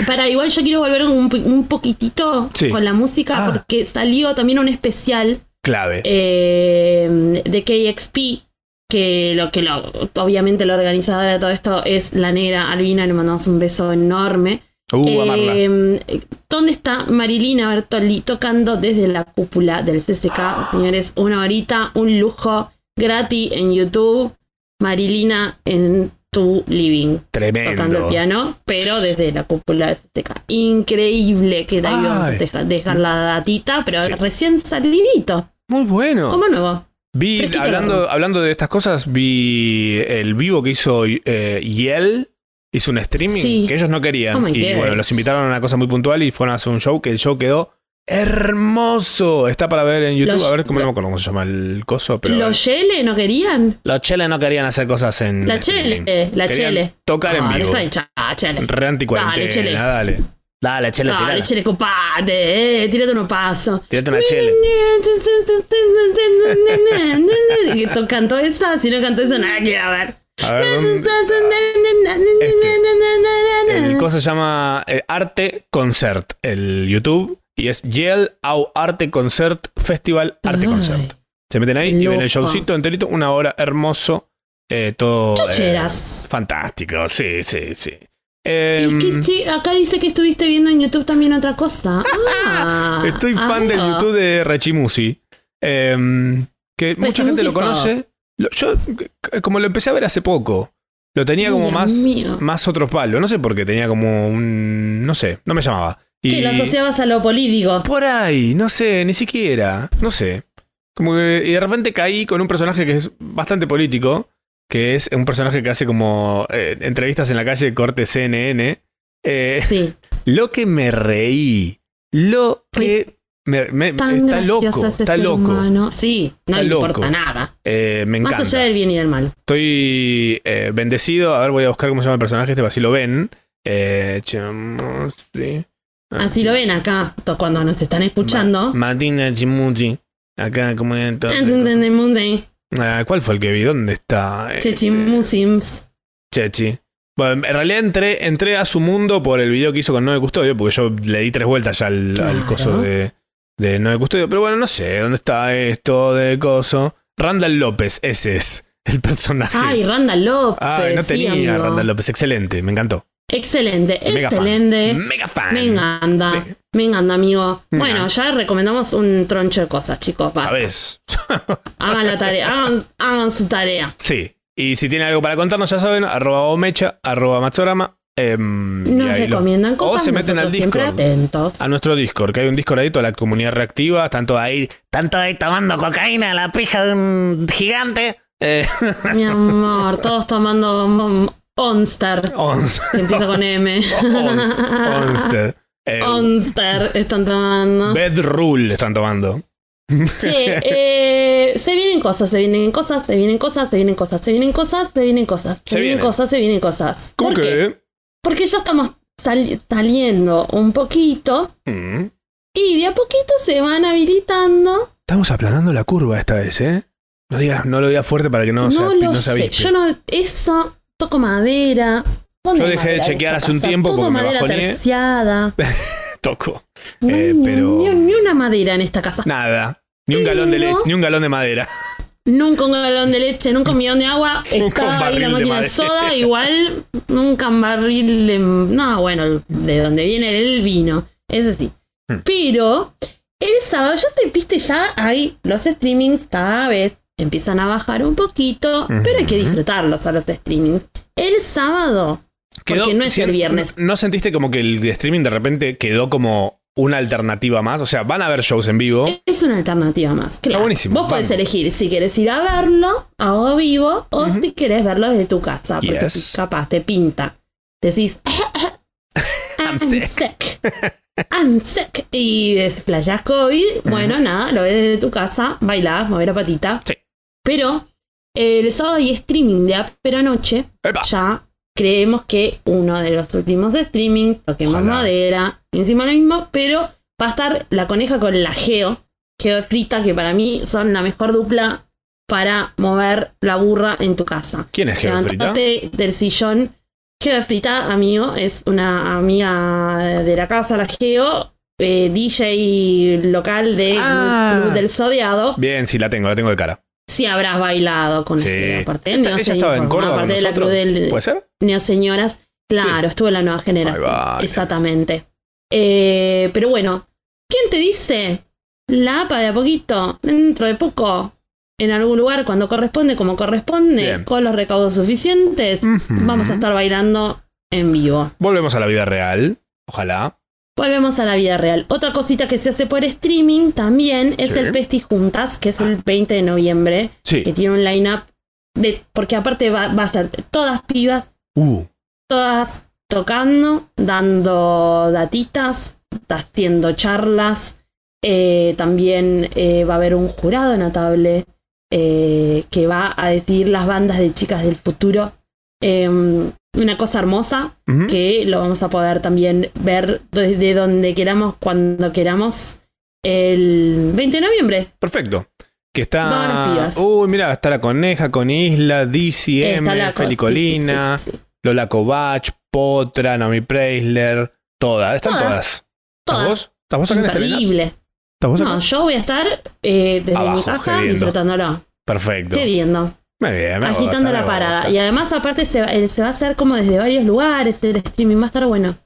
Para igual yo quiero volver un, po- un poquitito
Sí.
con la música
Ah.
porque salió también un especial
Clave.
eh, de KXP que lo que lo, obviamente la organizadora de todo esto es la negra Albina, le mandamos un beso enorme.
Uh, amarla.
Eh, ¿Dónde está Marilina Bertoli tocando desde la cúpula del CCK? Señores, una horita, un lujo gratis en YouTube. Marilina en tu living tocando el
Tremendo.
piano, pero desde la cúpula de Azteca. Increíble que de ahí vamos a
Ay.
deja- dejar la datita, pero
Sí. Ah,
recién salidito,
Muy bueno.
como nuevo.
Vi,
Fresquito
hablando,
verlo.
hablando de estas cosas, vi el vivo que hizo eh, Yel. Hizo un streaming
Sí.
que ellos no querían.
Oh my
y
goodness.
bueno, los invitaron a una cosa muy puntual y fueron a hacer un show que el show quedó hermoso. Está para ver en YouTube.
Los-
a ver cómo, no me acuerdo cómo se llama el coso, pero.
¿Los Yele no querían?
los cheles no querían hacer cosas en.
La Chele,
streaming.
eh, la
Querían
Chele.
Tocar en
Ah,
vivo.
deja de hinchar, Chele.
Re
Dale, Chele.
anticuarentena, dale. Dale, chele,
Dale,
tirala.
Chele, copate, eh, tírate unos pasos.
Tirate una chele.
Que to- cantó esa, si no cantó esa, nada quiero ver.
A ver, ¿dónde- Este, El coso se llama eh, Arte Concert, el YouTube, y es Yale Au Arte Concert Festival Arte
Ay.
Concert. Se meten ahí y ven el
Loco.
showcito enterito, una hora hermoso, eh, todo eh,
Chocheras.
fantástico, sí, sí, sí.
Y
Em,
que, che, acá dice que estuviste viendo en YouTube también otra cosa. Ah,
estoy fan
amigo.
del YouTube de Rechimusi, em, que mucha gente lo
Pues es todo.
conoce. Lo- yo, c- como lo empecé a ver hace poco, lo tenía como
Ay,
más,
amigo.
más otro palo, no sé por qué, tenía como un, no sé, no me llamaba.
Que
Y-
lo asociabas a lo político.
Por ahí, no sé, ni siquiera, no sé. Como que, y de repente caí con un personaje que es bastante político, que es un personaje que hace como eh, entrevistas en la calle, corte CNN. Eh,
Sí.
lo que me reí, lo que... me- me-
Pues, Tan
está
gracioso
loco,
ese
está
ser
loco.
humano. Sí, no
Está
le
loco.
importa nada.
Eh, me
Más allá
encanta.
del bien y del mal.
Estoy eh, bendecido. A ver, voy a buscar cómo se llama el personaje este, para si lo ven. Eh, Ah, Chamusi.
Así Ah, lo ven acá, to- cuando nos están escuchando.
Ma- Martina Chimuchi. Acá, como entonces.
¿eh?
Ah, ¿Cuál fue el que vi? ¿Dónde está? Este,
Chechimusims.
Chechi. Bueno, en realidad entré, entré a su mundo por el video que hizo con Noé Custodio, porque yo le di tres vueltas ya al, al
Claro.
coso de, de Noé Custodio. Pero bueno, no sé dónde está esto de coso. Randall López, ese es el personaje.
Ay, Randall López.
Ay, no
sí,
tenía
amigo.
Randall López. Excelente, me encantó.
Excelente,
Mega fan.
excelente.
Mega fan.
Me encanta.
Sí.
Me encanta, amigo.
Me
Bueno, ya recomendamos un troncho de cosas, chicos. basta.
¿Sabes?
Hagan la tarea, hagan, hagan su tarea.
Sí. Y si tienen algo para contarnos, ya saben, arroba omecha, arroba matsorama. em, y
Nos
ahí lo-
recomiendan
O
cosas,
se meten
nosotros
al
siempre
Discord.
atentos.
A nuestro Discord, que hay un Discord ahí, toda la comunidad reactiva, están todos ahí, están todos ahí tomando cocaína, la pija de un gigante. Eh,
Mi amor, todos tomando mm, Onster,
ons-
que empieza con M.
on- Onster. Eh,
Onster están tomando.
Bed Rule están tomando.
Che, eh, se vienen cosas, se vienen cosas, se vienen cosas, se vienen cosas, se vienen cosas, se vienen cosas, se,
Se
vienen
vienen.
cosas, se vienen cosas.
¿Cómo
¿Por qué?
que?
Porque ya estamos sali- saliendo un poquito
Mm.
y de a poquito se van habilitando
Estamos aplanando la curva esta vez, ¿eh? No, digas, no lo digas fuerte para que no, se,
no lo
no se
sé.
avispe.
Yo no. Eso, toco madera. ¿Dónde
Yo
hay
dejé de
madera en
chequear
esta
hace un
casa?
tiempo
Todo
porque me
madera
bajoneé.
terciada.
Toco.
No
Eh,
hay ni-
pero-
ni, ni una madera en esta casa.
Nada. Ni un galón de
Pero-
leche, ni un galón de madera.
Nunca un galón de leche, nunca un millón de agua.
Nunca un
Está ahí
barril de
la máquina de,
madera.
soda, igual. Nunca un barril de. No, bueno, de donde viene el vino. Ese sí.
Hmm.
Pero el sábado, ya te viste, ya hay los streamings cada vez. Empiezan a bajar un poquito,
Ujú.
pero hay que disfrutarlos a los streamings. El sábado, Porque no es el
sien-
viernes.
¿No sentiste como que el streaming de repente quedó como una alternativa más? O sea, van a haber shows en vivo.
es una alternativa más. Claro.
buenísimo,
Vos podés
vamos.
elegir si querés ir a verlo a o vivo o
Ujú.
si querés verlo desde tu casa. Porque
Yes.
si capaz te pinta. Decís, I'm,
I'm sick.
sick. I'm sick. Y desplayás COVID. Bueno, nada, lo ves desde tu casa. Bailás, mover la patita.
Sí.
Pero eh, el sábado hay streaming de Pero Noche.
Epa.
Ya creemos que uno de los últimos streamings, toquemos
Ojalá.
madera, encima lo mismo, pero va a estar la coneja con la Geo, Geo de Frita, que para mí son la mejor dupla para mover la burra en tu casa.
¿Quién es Geofrita?
Levantate del sillón. Geo de Frita, amigo, es una amiga de la casa, la Geo, eh, DJ local de
Ah.
Club del Sodiado.
Bien, sí, la tengo, la tengo de cara.
Si habrás bailado con la
Sí.
Geo, aparte.
Esta-
no sé,
ella estaba en
informa,
Córdoba.
aparte
con
de la Club
nosotros.
del,
¿Puede ser?
neoseñoras. Claro, estuvo la nueva generación.
va, bien.
Exactamente. Eh, pero bueno, ¿quién te dice? La APA de a poquito, dentro de poco, en algún lugar, cuando corresponde, como corresponde,
Bien. Mm-hmm.
con los recaudos suficientes,
Ujú.
vamos a estar bailando en vivo.
Volvemos a la vida real. Ojalá.
Volvemos a la vida real. Otra cosita que se hace por streaming también es
Sí.
el Festi Juntas, que es el 20 de noviembre, que
Sí.
tiene un line-up de. Porque aparte va, va a ser todas pibas
Uh,
todas tocando, dando datitas, haciendo charlas. Eh, también eh, va a haber un jurado notable eh, que va a decidir las bandas de chicas del futuro. Eh, una cosa hermosa
ujú.
que lo vamos a poder también ver desde donde queramos, cuando queramos, el 20 de noviembre.
Perfecto. Que
Van
está.
pibas.
Uy, mira, está la Coneja con Isla,
Está
DCM,
la cosa-
Felicolina,
sí, sí, sí, sí.
Lola Covach, Potra, Naomi Preisler. Todas, están
Todas.
todas. ¿Estás
Todas.
vos? ¿Estás vos acá en este lineup?
Imperdible.
¿Estás vos acá?
No, yo voy a estar eh, desde mi
Abajo,
casa
gediendo.
disfrutándolo.
Perfecto.
Qué viendo.
Muy bien, me gusta,
agitando
me
la parada.
gusta.
Y además, aparte, se, va- eh, se va a hacer como desde varios lugares. El streaming va a estar bueno.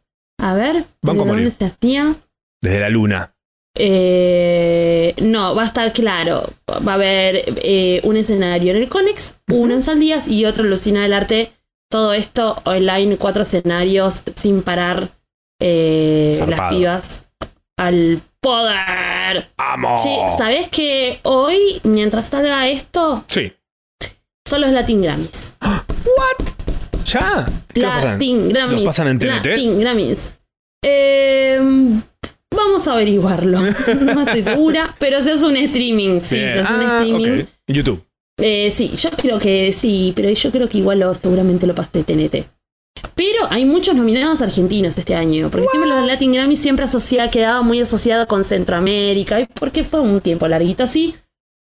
A ver,
Banco
¿desde
morir.
dónde se hacía?
Desde la luna.
Eh, no, va a estar claro. Va a haber eh, un escenario en el Conex, uno en Saldías y otro en Lucina del Arte. Todo esto online, cuatro escenarios sin parar. eh, las
Zarpado.
pibas al poder.
¡Vamos!
Che, ¿sabés que hoy, mientras salga esto,
Sí.
son los Latin Grammys?
¿Ya? ¿Qué va a pasar?
Latin Grammys.
¿Los pasan en TNT?
Latin Grammys. Eh, vamos a averiguarlo. No estoy segura, pero se hace un streaming. Sí,
Bien.
se hace un
Ah,
streaming.
ok. En YouTube.
Eh, sí, yo creo que sí, pero yo creo que igual lo, seguramente lo pasé TNT. Pero hay muchos nominados argentinos este año, porque siempre los Latin Grammy siempre asocia, quedaba muy asociado con Centroamérica, y porque fue un tiempo larguito así.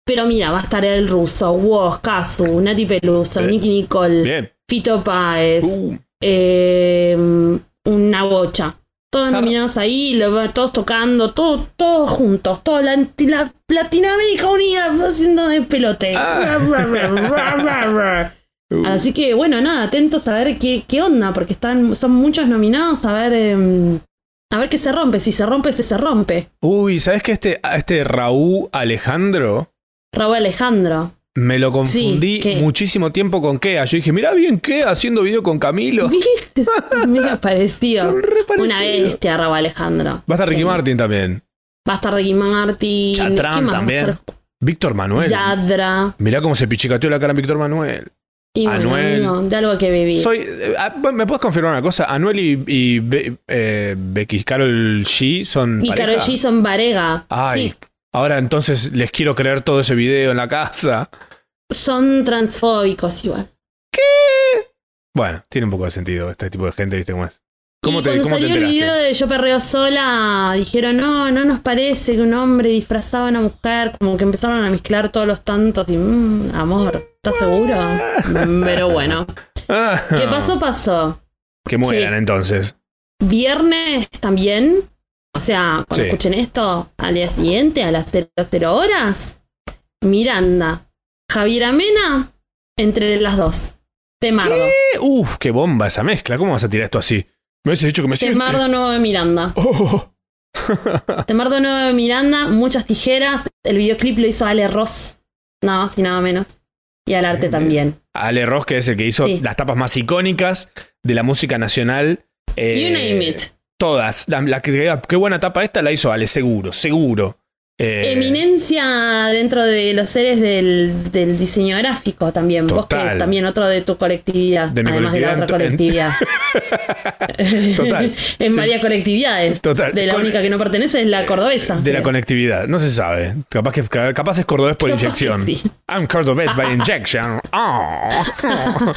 Pero mira, va a estar el ruso, Woz, Kazu, Nati Peluso,
Bien.
Nicky Nicole,
Bien.
Fito Páez,
Uh,
eh, una bocha. Todos
Zarra.
nominados ahí, lo va- todos tocando, todo- todos juntos, toda la, la Latinoamérica unida haciendo de pelote.
Ah.
Ra, ra, ra, ra, ra.
uh.
Así que bueno, nada, atentos a ver qué, qué onda, porque están, son muchos nominados, a ver, em, a ver qué se rompe, si se rompe, si se rompe.
Uy, ¿sabes que este, a este Raúl Alejandro
Raúl Alejandro.
me lo confundí
¿qué?
muchísimo tiempo con Kea? Yo dije, mirá bien Kea haciendo video con Camilo.
¿Viste? Me ha parecido.
Son re
Una
parecidos.
bestia, Raúl Alejandro.
Va a estar Ricky
Sí.
Martin también.
Va a estar Ricky Martin.
Chatrán
¿qué más va a
también.
estar?
Víctor Manuel.
Yadra.
Mirá cómo se pichicateó la cara a Víctor Manuel.
Y bueno,
Anuel.
amigo, de algo que viví.
Soy, eh, ah, ¿Me puedes confirmar una cosa? Anuel y, y Be- eh, Becky Carol G son.
y Karol
pareja?
G son Varega.
Ay,
Sí,
ahora entonces les quiero creer todo ese video en la casa.
son transfóbicos igual.
Bueno, tiene un poco de sentido este tipo de gente, ¿viste cómo es? ¿Cómo
y
te-
cuando
cómo te
salió el
enteraste?
video de Yo Perreo Sola, dijeron, no, no nos parece que un hombre disfrazaba a una mujer, como que empezaron a mezclar todos los tantos y, "Mm, amor, ¿estás seguro? Mm, Pero bueno,
Ah,
¿qué pasó? Pasó.
Que mueran
Sí.
entonces.
Viernes también, o sea, cuando
Sí.
escuchen esto, al día siguiente, a las 00 horas, Miranda, Javier Amena, entre las dos. Temardo.
Eh, uf, qué bomba esa mezcla. ¿Cómo vas a tirar esto así? Me hubieses dicho que me siente.
Temardo nuevo de Miranda.
Oh. Ah.
Temardo Nuevo de Miranda, muchas tijeras. El videoclip lo hizo Ale Ross, nada más y nada menos. Y al arte
Bien,
también.
Ale Ross, que es el que hizo
Sí.
las tapas más icónicas de la música nacional. eh,
you name it.
Todas. La, la que diga, qué buena tapa esta la hizo Ale, seguro, seguro. Eh,
Eminencia dentro de los seres del, del diseño gráfico también. Vos
Total.
que también otro de tu colectividad,
De mi
además de la otra
colectividad,
colectividad.
Total.
en
Sí.
varias colectividades.
Total.
De la
Con-
única que no pertenece es la cordobesa.
De la conectividad, no se sabe. Capaz, que, capaz es cordobés por
Capaz que
inyección.
sí.
I'm cordobés by injection. Oh, oh,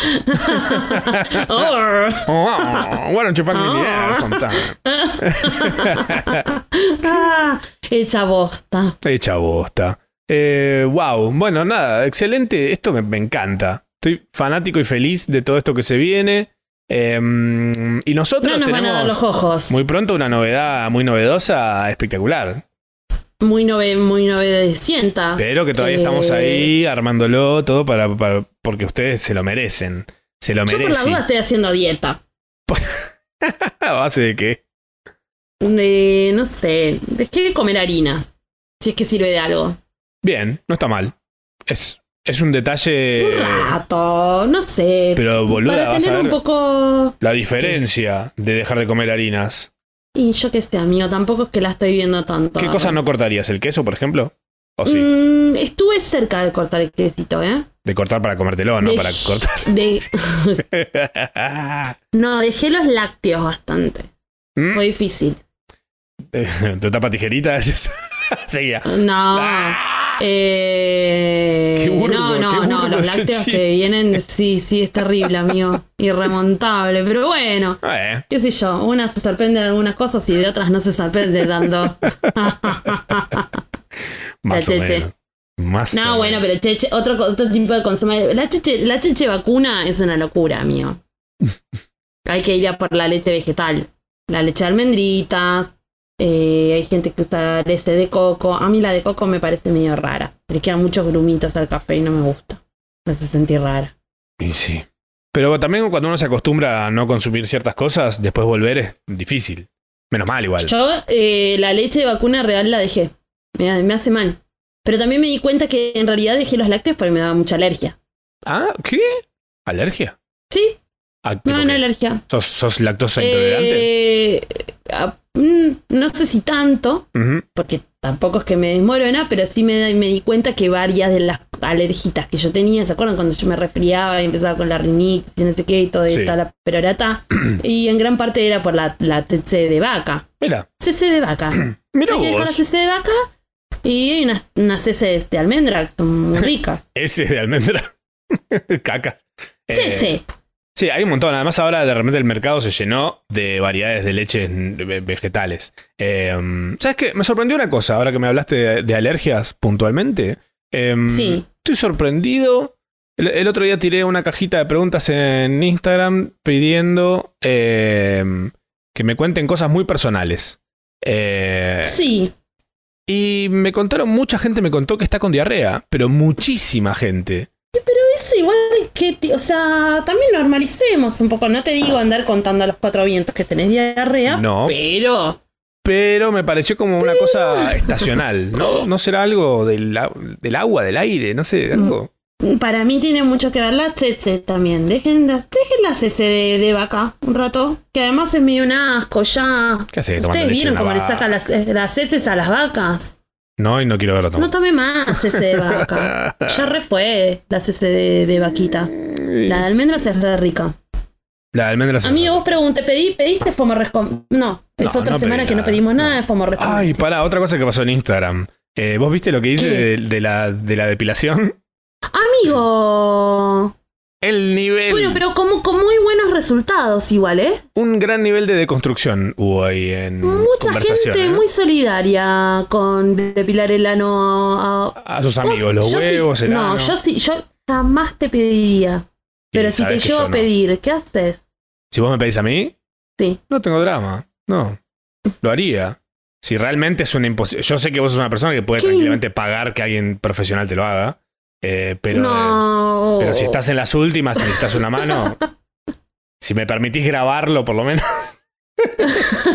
Oh.
oh. Why don't you fuck me in the ass sometime?
Ah, hecha bosta.
Hecha bosta. Eh, wow. Bueno, nada, excelente. Esto me, me encanta. Estoy fanático y feliz de todo esto que se viene. Eh, y nosotros
No nos van a dar los
tenemos
ojos.
muy pronto una novedad muy novedovedosa, espectacular.
muy nove, muy novedecienta.
Pero que todavía
Eh,
estamos ahí armándolo todo para, para- porque ustedes se lo merecen. Se lo
Yo por la
merecen.
duda estoy haciendo dieta.
¿A base de qué?
Eh, no sé, dejé de comer harinas. Si es que sirve de algo.
Bien, no está mal. Es, es un detalle.
un rato, no sé.
Pero boluda,
para
Eh, vas a
tener
ver
un poco...
la diferencia de dejar de comer harinas.
Y yo qué sé, amigo, tampoco es que la estoy viendo tanto.
¿Qué cosa no cortarías? ¿El queso, por ejemplo? ¿O sí?
Mm, estuve cerca de cortar el quesito, ¿eh?
De cortar para comértelo, Ah, no
Dej-
para
de-
cortar.
no, dejé los lácteos bastante.
Mm.
Fue difícil.
tu tapa tijerita es esa. Seguía.
No.
¡Ah!
Eh,
Qué
no,
burdo,
no,
qué
no,
burdo
los
ese
lácteos
chiste.
que vienen, sí, sí, es terrible, amigo, irremontable, pero bueno,
Eh,
qué sé yo, una se sorprende de algunas cosas y de otras no se sorprende tanto.
más
La
o
cheche.
menos. Más
no,
o
bueno,
menos.
pero cheche, otro, co- otro tipo de consumo, la cheche, la cheche vacuna es una locura, amigo. Hay que ir a por la leche vegetal, la leche de almendritas, eh, hay gente que usa leche de coco, a mí la de coco me parece medio rara, le quedan muchos grumitos al café y no me gusta, me hace sentir rara.
Y sí. Pero también cuando uno se acostumbra a no consumir ciertas cosas, después volver es difícil. Menos mal igual.
Yo eh, la leche de vacuna real la dejé. Me, me hace mal. Pero también me di cuenta que en realidad dejé los lácteos porque me daba mucha alergia.
¿Ah? ¿Qué? ¿Alergia?
Sí,
¿A tipo
me daban
qué?
alergia.
¿Sos, sos lactosa intolerante?
Eh, a- mm, no sé si tanto,
Ujú.
porque tampoco es que me desmorona, pero sí me, da- me di cuenta que varias de las alergitas que yo tenía, ¿se acuerdan cuando yo me resfriaba y empezaba con la rinitis y no sé qué y todo
Sí.
esta la perorata? y en gran parte era por la, la TC de vaca.
Mira,
CC de vaca.
mira
Hay que dejar
vos.
las heces de vaca y hay unas, unas heces de almendra que son muy ricas.
Ese de almendra. Cacas. Eh,
Sí, sí.
Sí, hay un montón. Además, ahora de repente el mercado se llenó de variedades de leches ve- vegetales. Eh, ¿Sabes qué? Me sorprendió una cosa, ahora que me hablaste de, de alergias puntualmente. Eh,
Sí.
Estoy sorprendido. El, el otro día tiré una cajita de preguntas en Instagram pidiendo eh, que me cuenten cosas muy personales. Eh,
Sí.
Y me contaron, mucha gente me contó que está con diarrea, pero muchísima gente.
Eso igual es que, ti- o sea, también normalicemos un poco. No te digo andar contando a los cuatro vientos que tenés diarrea,
No.
pero
Pero me pareció como una cosa estacional, ¿no? ¿No será algo del, au- del agua, del aire? No
Mm.
sé, algo.
para mí tiene mucho que ver la tsetse también. Dejen, las- dejen las heces de, de vaca un rato, que además es medio un asco ya.
¿Qué haces tomando
Ustedes
leche
vieron
de una
cómo le
vaca?
sacan las, eh, las heces a las vacas.
No, y no quiero verlo
No
tampoco.
tome más heces de vaca. Ya re fue la CC de, de vaquita. La de almendras es re rica.
La de almendras.
Amigo, vos pregunté, ¿pedí, ¿pediste FOMO Rescom? No, es
No,
otra
no
semana
pedí
que no
nada,
pedimos
no.
nada de FOMO Rescom.
Ay, pará, otra cosa que pasó en Instagram. Eh, ¿Vos viste lo que hice
¿Qué?
de, de la, de la depilación?
Amigo.
El nivel.
Bueno, pero como con muy buenos resultados igual, ¿eh?
Un gran nivel de deconstrucción hubo ahí en.
Mucha
Mm, conversación,
gente
¿eh?
muy solidaria con depilar el ano a,
A sus
Vos-
amigos, los
yo sí-
huevos, el
No,
ano.
yo sí, yo jamás te pediría.
Y
Pero si te
sabés que
llevo
yo
a
no.
pedir, ¿qué haces?
Si vos me pedís a mí,
Sí.
no tengo drama. No. Lo haría. Si realmente es una imposibilidad. Yo sé que vos sos una persona que puede
¿Qué?
tranquilamente pagar que alguien profesional te lo haga. eh, pero,
no.
pero si estás en las últimas y necesitas una mano, si me permitís grabarlo, por lo menos.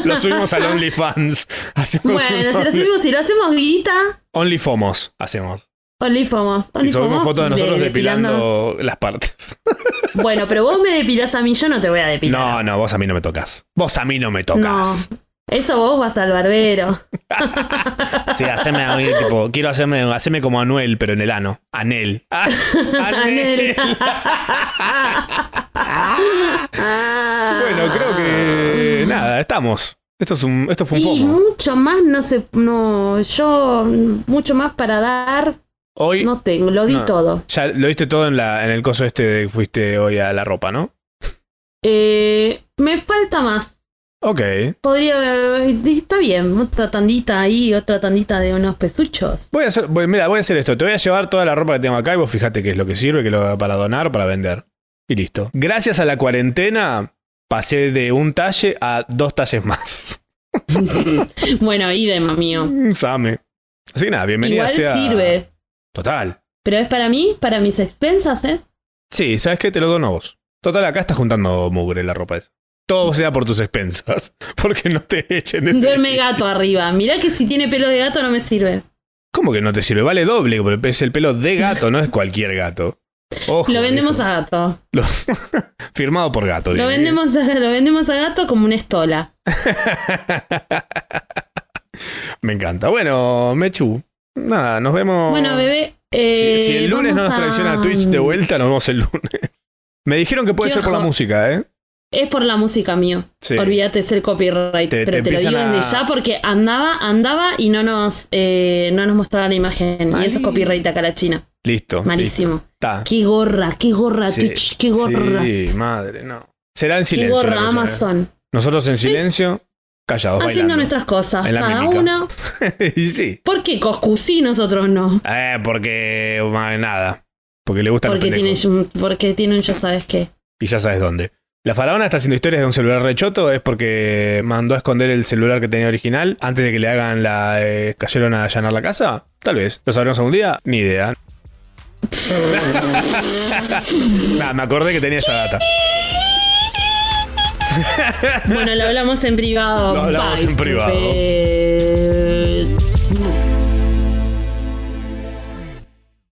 lo subimos al OnlyFans. Hacemos
Bueno,
un
si lo
Only-
hacemos, si lo hacemos guita,
OnlyFomos hacemos.
olifomos.
Y subimos
olifomos
fotos de nosotros
depilando.
depilando las partes.
Bueno, pero vos me depilás a mí, yo no te voy a depilar.
No, no, vos a mí no me tocas. Vos a mí no me tocas.
Eso vos vas al barbero.
Sí, haceme a mí, tipo, quiero hacerme, hacerme como Anuel, pero en el ano. Anel. Ah, Anel.
Anel.
bueno, creo que nada, estamos. Esto es un, esto fue un
Mm. Y
poco.
mucho más no sé, no, yo mm, mucho más para dar
Hoy
no tengo, lo di
No.
todo.
ya lo diste todo en la, en el coso este de que fuiste hoy a la ropa, ¿no?
Eh, me falta más.
Ok.
Podría, eh, está bien, otra tandita ahí, otra tandita de unos pesuchos.
Voy a hacer, voy- mira, voy a hacer esto. Te voy a llevar toda la ropa que tengo acá y vos fíjate qué es lo que sirve, que lo haga para donar, para vender. Y listo. Gracias a la cuarentena, pasé de un talle a dos talles más.
Bueno, idem, mío.
Same. Así que nada, bienvenida
Igual
sea.
sirve,
Total.
pero es para mí, para mis expensas, ¿es?
Sí, ¿sabes qué? Te lo dono a vos. Total, acá estás juntando mugre la ropa esa. Todo sea por tus expensas. Porque no te echen de ese
Duerme
edificio.
gato arriba. Mirá que si tiene pelo de gato no me sirve.
¿Cómo que no te sirve? Vale doble, porque es el pelo de gato, no es cualquier gato. Ojo,
Lo vendemos
viejo.
a gato.
Firmado por gato.
Lo
viene.
vendemos a, lo vendemos a gato como una estola.
Me encanta. Bueno, Mechu. Nada, nos vemos.
Bueno, bebé.
Oh. Si,
eh,
si el lunes no
vamos
nos
a-
traiciona Twitch de vuelta, nos vemos el lunes. Me dijeron que puede
Qué
ser por la
ojo.
música, ¿eh?
Es por la música mío.
Sí.
Olvídate, es el copyright.
Te-
pero te,
te
lo
empiezan
digo
a-
desde ya porque andaba, andaba y no nos, eh, no nos mostraba la imagen. Y eso
Ahí.
es copyright acá a la China.
Listo.
Malísimo.
listo. Está.
Qué gorra, qué gorra
Sí,
Twitch, qué gorra.
Sí, madre, no. Será en
qué
silencio. la
gorra
próxima vez.
Amazon.
Nosotros en silencio, callados.
Haciendo
bailando.
nuestras cosas.
En la
Cada
mímica.
uno.
y sí.
¿Por qué Coscu sí, nosotros no?
Eh, porque. ma- Nada. Porque le gustan los
Porque tiene,
pendejos.
un- porque tiene un ya sabes qué.
Y ya sabes dónde. La faraona está haciendo historias de un celular rechoto, es porque mandó a esconder el celular que tenía original antes de que le hagan la. eh, ¿Cayeron a allanar la casa? Tal vez. ¿Lo sabremos algún día? Ni idea. Nah, me acordé que tenía esa data.
Bueno, lo hablamos en privado.
Lo hablamos en privado.
Pepe.